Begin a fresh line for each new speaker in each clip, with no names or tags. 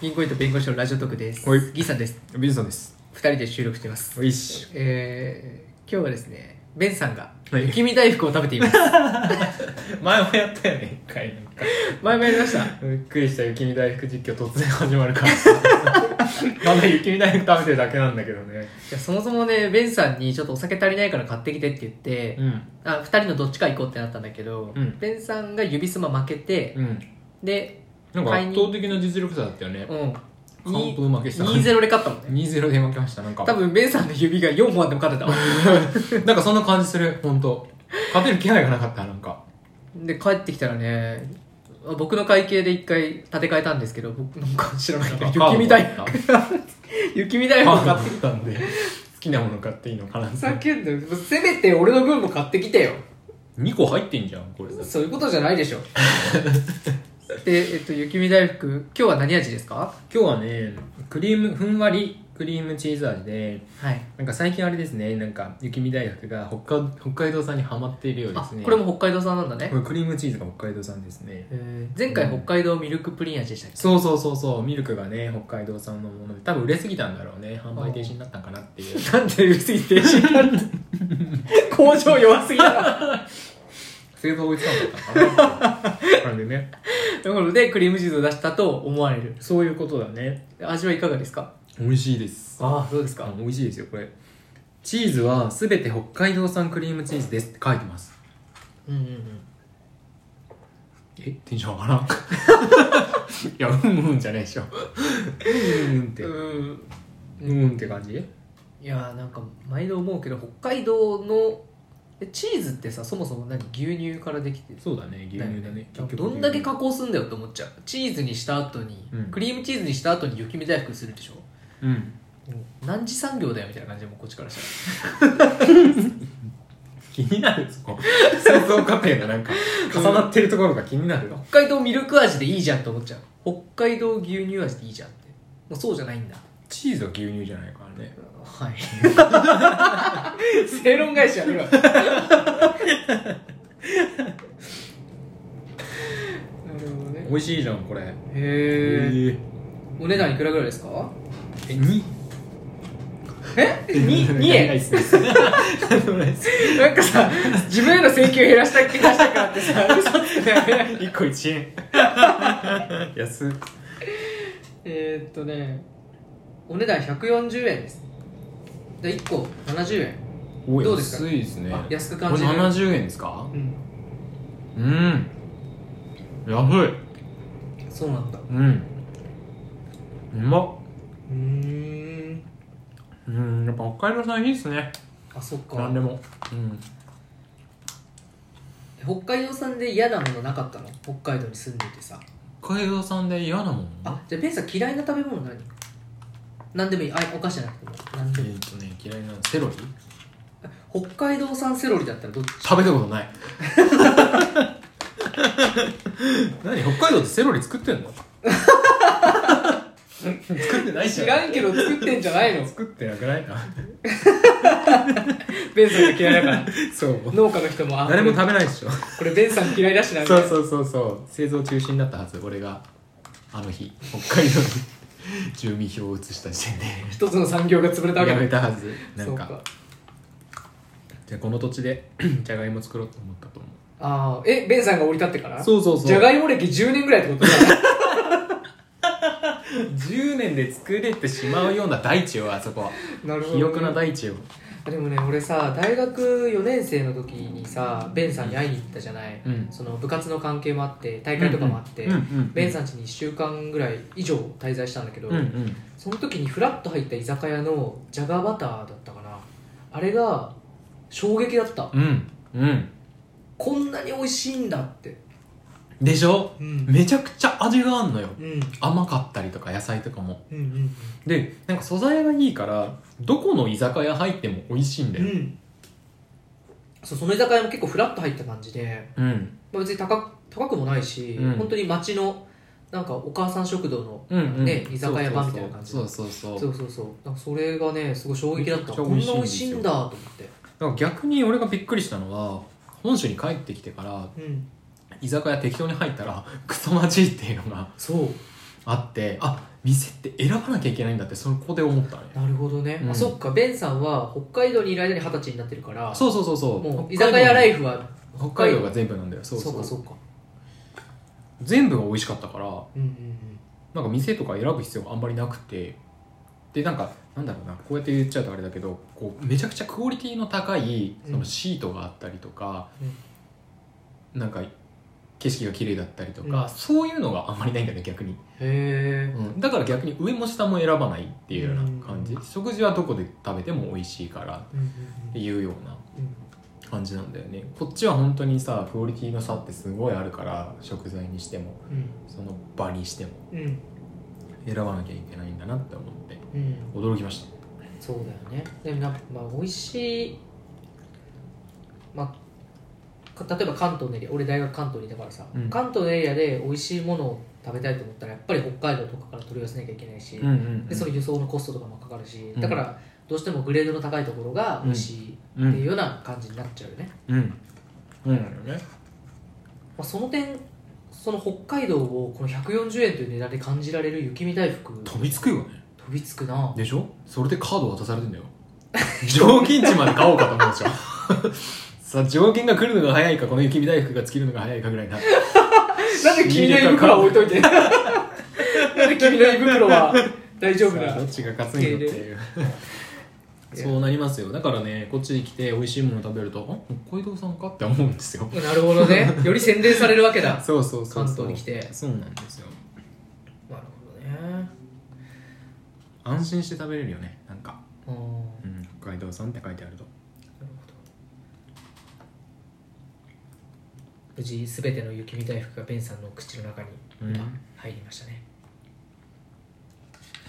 銀行員と弁護士のラジオトークです。
はい
ギーさんです。
ビンさんです。
二人で収録してます。
おいし。
えー、今日はですね、ベンさんが
はい
雪見大福を食べてい ます。
前もやったよね、一回なんか。
前もやりました。
びっくりした雪見大福実況突然始まる から。まだ雪見大福食べてるだけなんだけどね。
いやそもそもね、ベンさんにちょっとお酒足りないから買ってきてって言って、
うん。
あ二人のどっちか行こうってなったんだけど、
うん
ベンさんが指すま負けて、
うん。
で、
なんか圧倒的な実力差だったよね。
うん。
完封負けした
2-0で勝ったもんね。
2-0で負けました、なんか。
多分、ベンさんの指が4本あっても勝てたわ。
なんかそんな感じする、ほんと。勝てる気配がなかった、なんか。
で帰ってきたらね僕の会計で一回立て替えたんですけど僕なんか知らないけど雪見大福雪見大
カ
福
ー
買
ドも
って
買ったんで、好きなもの買っていいのかな
ふざけんなよせめて俺の分も買ってきてよ
2個入ってんじゃん、これ。
そういうことじゃないでしょ で、えっと、雪見大福今日は何味ですか
今日はね、クリーム、ふんわりクリームチーズ味で、
はい
なんか最近あれですね、なんか雪見大福が北海北海道産にはまっているようで
あ
すね。
これも北海道産なんだね
こ、れクリームチーズが北海道産ですね。
えー前回
う
北
ん
海道ミルクプリン味でしたっけ
そうそうそうそう、ミルクがね、北海道産のもので、多分売れすぎたんだろうね、販売停止になったんかなっていう。
なんで売りすぎて死んだ 工場弱すぎだな
製造追いつかなかったんかなっていうなんでね、
ところでクリームチーズを出したと思われる
そういうことだね。
味はいかがですか
美味しいです。
ああそうですか
あ美味しいですよ、これ。チーズはすべて北海道産クリームチーズですって書いてます。
うんうんうん
えテンション上がらん いや、うんうんじゃないでしょ。うんうんって。
う
うんんうんって感じ
いやーなんか毎度思うけど北海道のえチーズってさそもそも何牛乳からできてる
そうだね、牛乳だね。
だよ
結
ど
局
んだけ加工すんだよって思っちゃうチーズにした後に、
うん
クリームチーズにした後に雪見大福するでしょ
うん。
何次産業だよみたいな感じでもうこっちからした
気になるそこ。製造過程がなんか、重なってるところが気になるの。
ら北海道ミルク味でいいじゃんって思っちゃう北海道牛乳味でいいじゃんってもうそうじゃないんだ
チーズは牛乳じゃないからね。
はい正論返しやめろなるほどね
美味しいじゃん、これ。
へえ
え。
お値段いくらぐらいですか
え、に
え に2円
1
なんかさ自分への請求減らした減らしたからって さ嘘ついてね
個1円。 安っ。
えーっとねお値段140円ですで1個70円、
お
どうですか
安いですね
あ。安く
これ
感じる
70円ですか
うん
うん。安い。
そうなんだ
うん。うまっ。
うーん
うん、やっぱ北海道産いいですね。
あそっか
なんでも。うん。
北海道産で嫌なものなかったの北海道に住んでてさ
北海道産で嫌なもん
あじゃあペンさん嫌いな食べ物何何でもいいあお菓子じゃなくても何
え
でもいい
ーっとね、嫌いなセロリ
北海道産セロリだったらどっち
食べたことない 何北海道ってセロリ作ってんの 作ってないじゃん
んけど作ってんじゃないの
作ってなくないか
ベンさんが嫌いだから
そう
農家の人もあ
誰も食
こ
べないでしょ
れこれベンさん嫌いだしな
そう
う
そうそうそう製造中止になったはず俺があの日北海道に住民票を移した時点で
一つの産業が潰れたわけ
や
だ
めたはずな
そうんか
かじゃあこの土地で じゃがいも作ろうと思ったと思う
ああえベンさんが降り立ってから
そうそうそう
じゃがいも歴10年ぐらいってことだ ね
10年で作れてしまうような大地よあそこは
なるほどね
肥沃な大地よ
でもね俺さ大学4年生の時にさベンさんに会いに行ったじゃない、
うん
その部活の関係もあって大会とかもあって、
うんうんうんうん
ベンさん家に1週間ぐらい以上滞在したんだけど、
うんうん
その時にフラッと入った居酒屋のジャガーバターだったかなあれが衝撃だった、
うんうん
こんなに美味しいんだって
でしょ
うん
めちゃくちゃ味があんのよ
うん
甘かったりとか野菜とかも
うんうん
でなんか素材がいいからどこの居酒屋入っても美味しいんだ
う
よ
んそうその居酒屋も結構フラッと入った感じで、
うん
まあ、別に高く高くもないし、
うん
本当に町のなんかお母さん食堂の
うんうん
ね居酒屋版みたいな感じ
そうそうそ
そ
うそう
うそうそうなんかそれがねすごい衝撃だった
めちゃ
こ
く
ん
ちゃ
な
美味し
美味しい
いんですよ
んだと思って
だから逆に俺がびっくりしたのは本州に帰ってきてから
うん
居酒屋適当に入ったらクソまじいっていうのが
そう
あってあ店って選ばなきゃいけないんだってそこで思ったね
なるほどね、
うん
あそっかベンさんは北海道にいる間に二十歳になってるから
そうそうそうそう
もう居酒屋ライ
フ
フは
北海道が全部なんだよそうそう
かそうか
全部が美味しかったから
うんうんうん
なんか店とか選ぶ必要があんまりなくてでなんかなんだろうなこうやって言っちゃうとあれだけどこうめちゃくちゃクオリティの高い
うん
そのシートがあったりとか、
うん
なんか景色が綺麗だったりとか、
うん
そういうのがあんまりないんだよね逆に、
へえ
うんだから逆に上も下も選ばないっていうような感じ、
うん
食事はどこで食べても美味しいからっ
うんうん
ていうような
うん
感じなんだよねこっちは本当にさクオリティの差ってすごいあるから食材にしても
うん
その場にしても
うん
選ばなきゃいけないんだなって思って
うん
驚きました
そうだよねでもなんかまあ美味しいまあか例えば関東のエリア俺大学関東にいたからさ、
うん
関東のエリアで美味しいものを食べたいと思ったらやっぱり北海道とかから取り寄せなきゃいけないし、
うんうん
でその輸送のコストとかもかかるし、
うん
だからどうしてもグレードの高いところが美味しいって
う
いうんような感じになっちゃうよね、
うんうんね
まあ、その点その北海道をこの140円という値段で感じられる雪見大福飛
飛びつくよね
びつく な
でしょそれでカード渡されてんだよ上限値まで買おうかと思うでしょ さあ上限が来るのが早いかこの雪見大福が尽きるのが早いかぐらいな
なんで君の胃袋は置い といてなんで君の胃袋は大丈夫
さ
な
あどっちが勝つんだっていう
で
そうなりますよだからねこっちに来て美味しいもの食べるとあ北海道産かって思うんですよ
なるほどねより洗練されるわけ だ
そうそうそうそう
関東に来て
そうなんですよ
なるほどね
安心して食べれるよねなんか、
うんな
うん、北海道産って書いてあると
るほど無事全ての雪見大福がベンさんの口の中に
うん
入りましたね、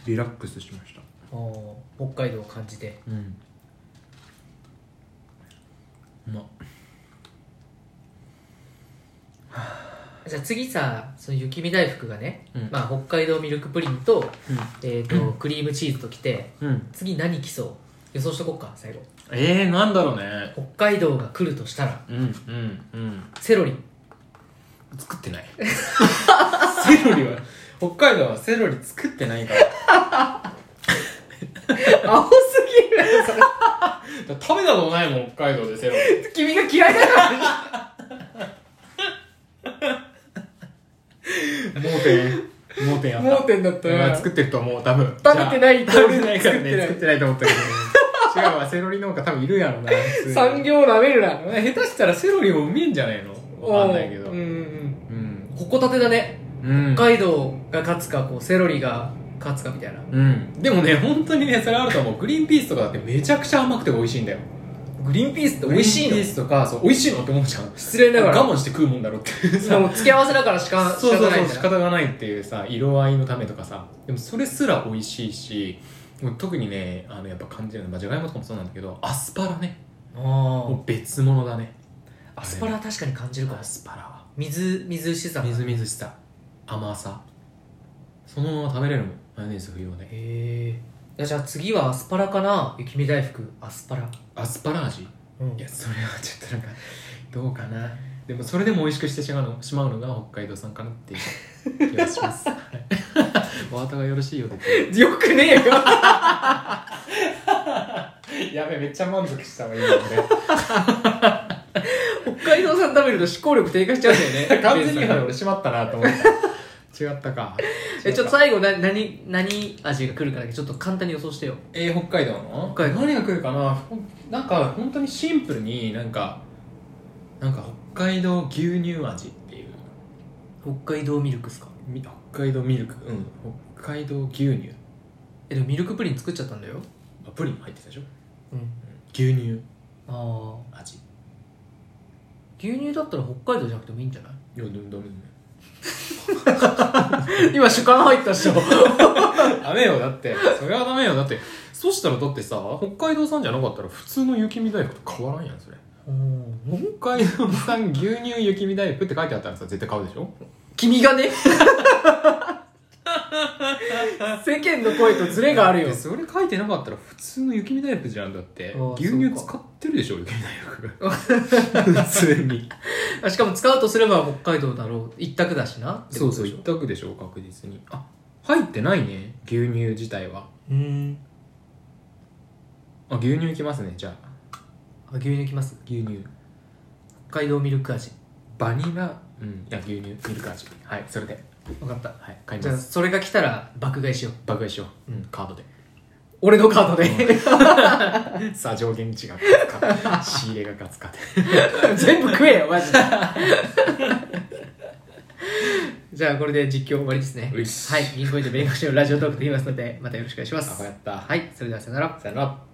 リラックスしました
おー北海道を感じて
うんうまっ
じゃあ次さその雪見大福がね、
うん
まあ、北海道ミルクプリンと,、えー、とクリームチーズときて
うん、うん、
次何来そう予想しとこっか最後
えー、なんだろうね
北海道が来るとしたら
うんうんうん
セ ロリ
作ってない セロリは北海道はセロリ作ってないから
青すぎる
食べたことないもん北海道でセロリ
君が嫌いだから
盲点盲点やった
盲点だった
うん
な
作ってると思う多分
食べてない
じゃあ食べてないからね
作
作
っ
っててないと思ったけど ね違うわセロリ農家多分いるやろな普通に
産業なめるな
下手したらセロリもうめえんじゃないのわかんないけど
うんうん
うん
ここ立てだね
うん
北海道が勝つかこうセロリが勝つかみたいな
うんでもね本当にねそれあると思うグリーンピースとかだってめちゃくちゃ甘くて美味しいんだよ
グリーンピースって美味しい
グリ
の
ーンピースとかそう美味しいのって思うじゃん
失礼ながら
我慢して食うもんだろっていうさ
もう付け合わせだからしか
そうそうそう
仕方ないん
仕
だな
方がないっていうさ色合いのためとかさでもそれすら美味しいしもう特にねあのやっぱ感じるのはじゃがいもとかもそうなんだけどアスパラね
あー
もう別物だね
アスパラ確かに感じるかも
アスパラは
水水しさ
みずみずしさ甘さそのまま食べれるもんマヨネーズ不要で
へえじゃあ次はアスパラかな雪見大福アスパラ
アスパラ味い
うん
やそれはちょっとなんかどうかなでもそれでも美味しくしてしまうのしまうのが北海道産かなっていう 気がしますはいお後がよろしいようで
よく ねえよ
やべめっちゃ満足したわ今ので
北海道産食べると思考力低下しちゃうんだよ ね
完全に
ベンさん
俺閉まったなと思った違ったか
えちょっと最後な何何味が来るかだけちょっと簡単に予想してよ
えー北海道の
北海道
何が来るかなほんなんか本当にシンプルになんかなんか北海道牛乳味っていう
北海道ミルクっすか
み北海道ミルクうん北海道牛乳
えでもミルクプリン作っちゃったんだよ
あプリンも入ってたでしょ、
うん
牛乳
ああ
味
牛乳だったら北海道じゃなくてもいいんじゃない
いやでもダメ
今主観入ったっしょ
だねダメよだってそれはダメよだってそしたらだってさ北海道産じゃなかったら普通の雪見大福と変わらんやんそれ北海道産牛乳雪見大福って書いてあったらさ絶対買うでしょ
君がね 世間の声とズレがあるよ
でそれ書いてなかったら普通の雪見大福じゃんだって
あー
牛
そう
乳
か
使ってるでしょ雪見大 福普 通に
あしかも使うとすれば北海道だろう一択だしな
そうそう一
ってこ
択でしょ確実にあ入ってないね牛乳自体は
うん
あ牛乳いきますねじゃあ
あ牛乳きます
牛乳
北海道ミルク味
バニラうんいや牛乳ミルク味はいそれで
分かった
はい買い
じゃ
ま
あ
す
それが来たら爆買いしよう
爆買いしよう、うん、カードで
俺のカードで
さあ上限値が勝 つか仕入れが勝つかで
全部食えよマジで じゃあこれで実況終わりですね
ういっす
はい銀行員と弁護士のラジオトークと言いますのでまたよろしくお願いしま
あ
す
やった
はいそれではさよなら
さよなら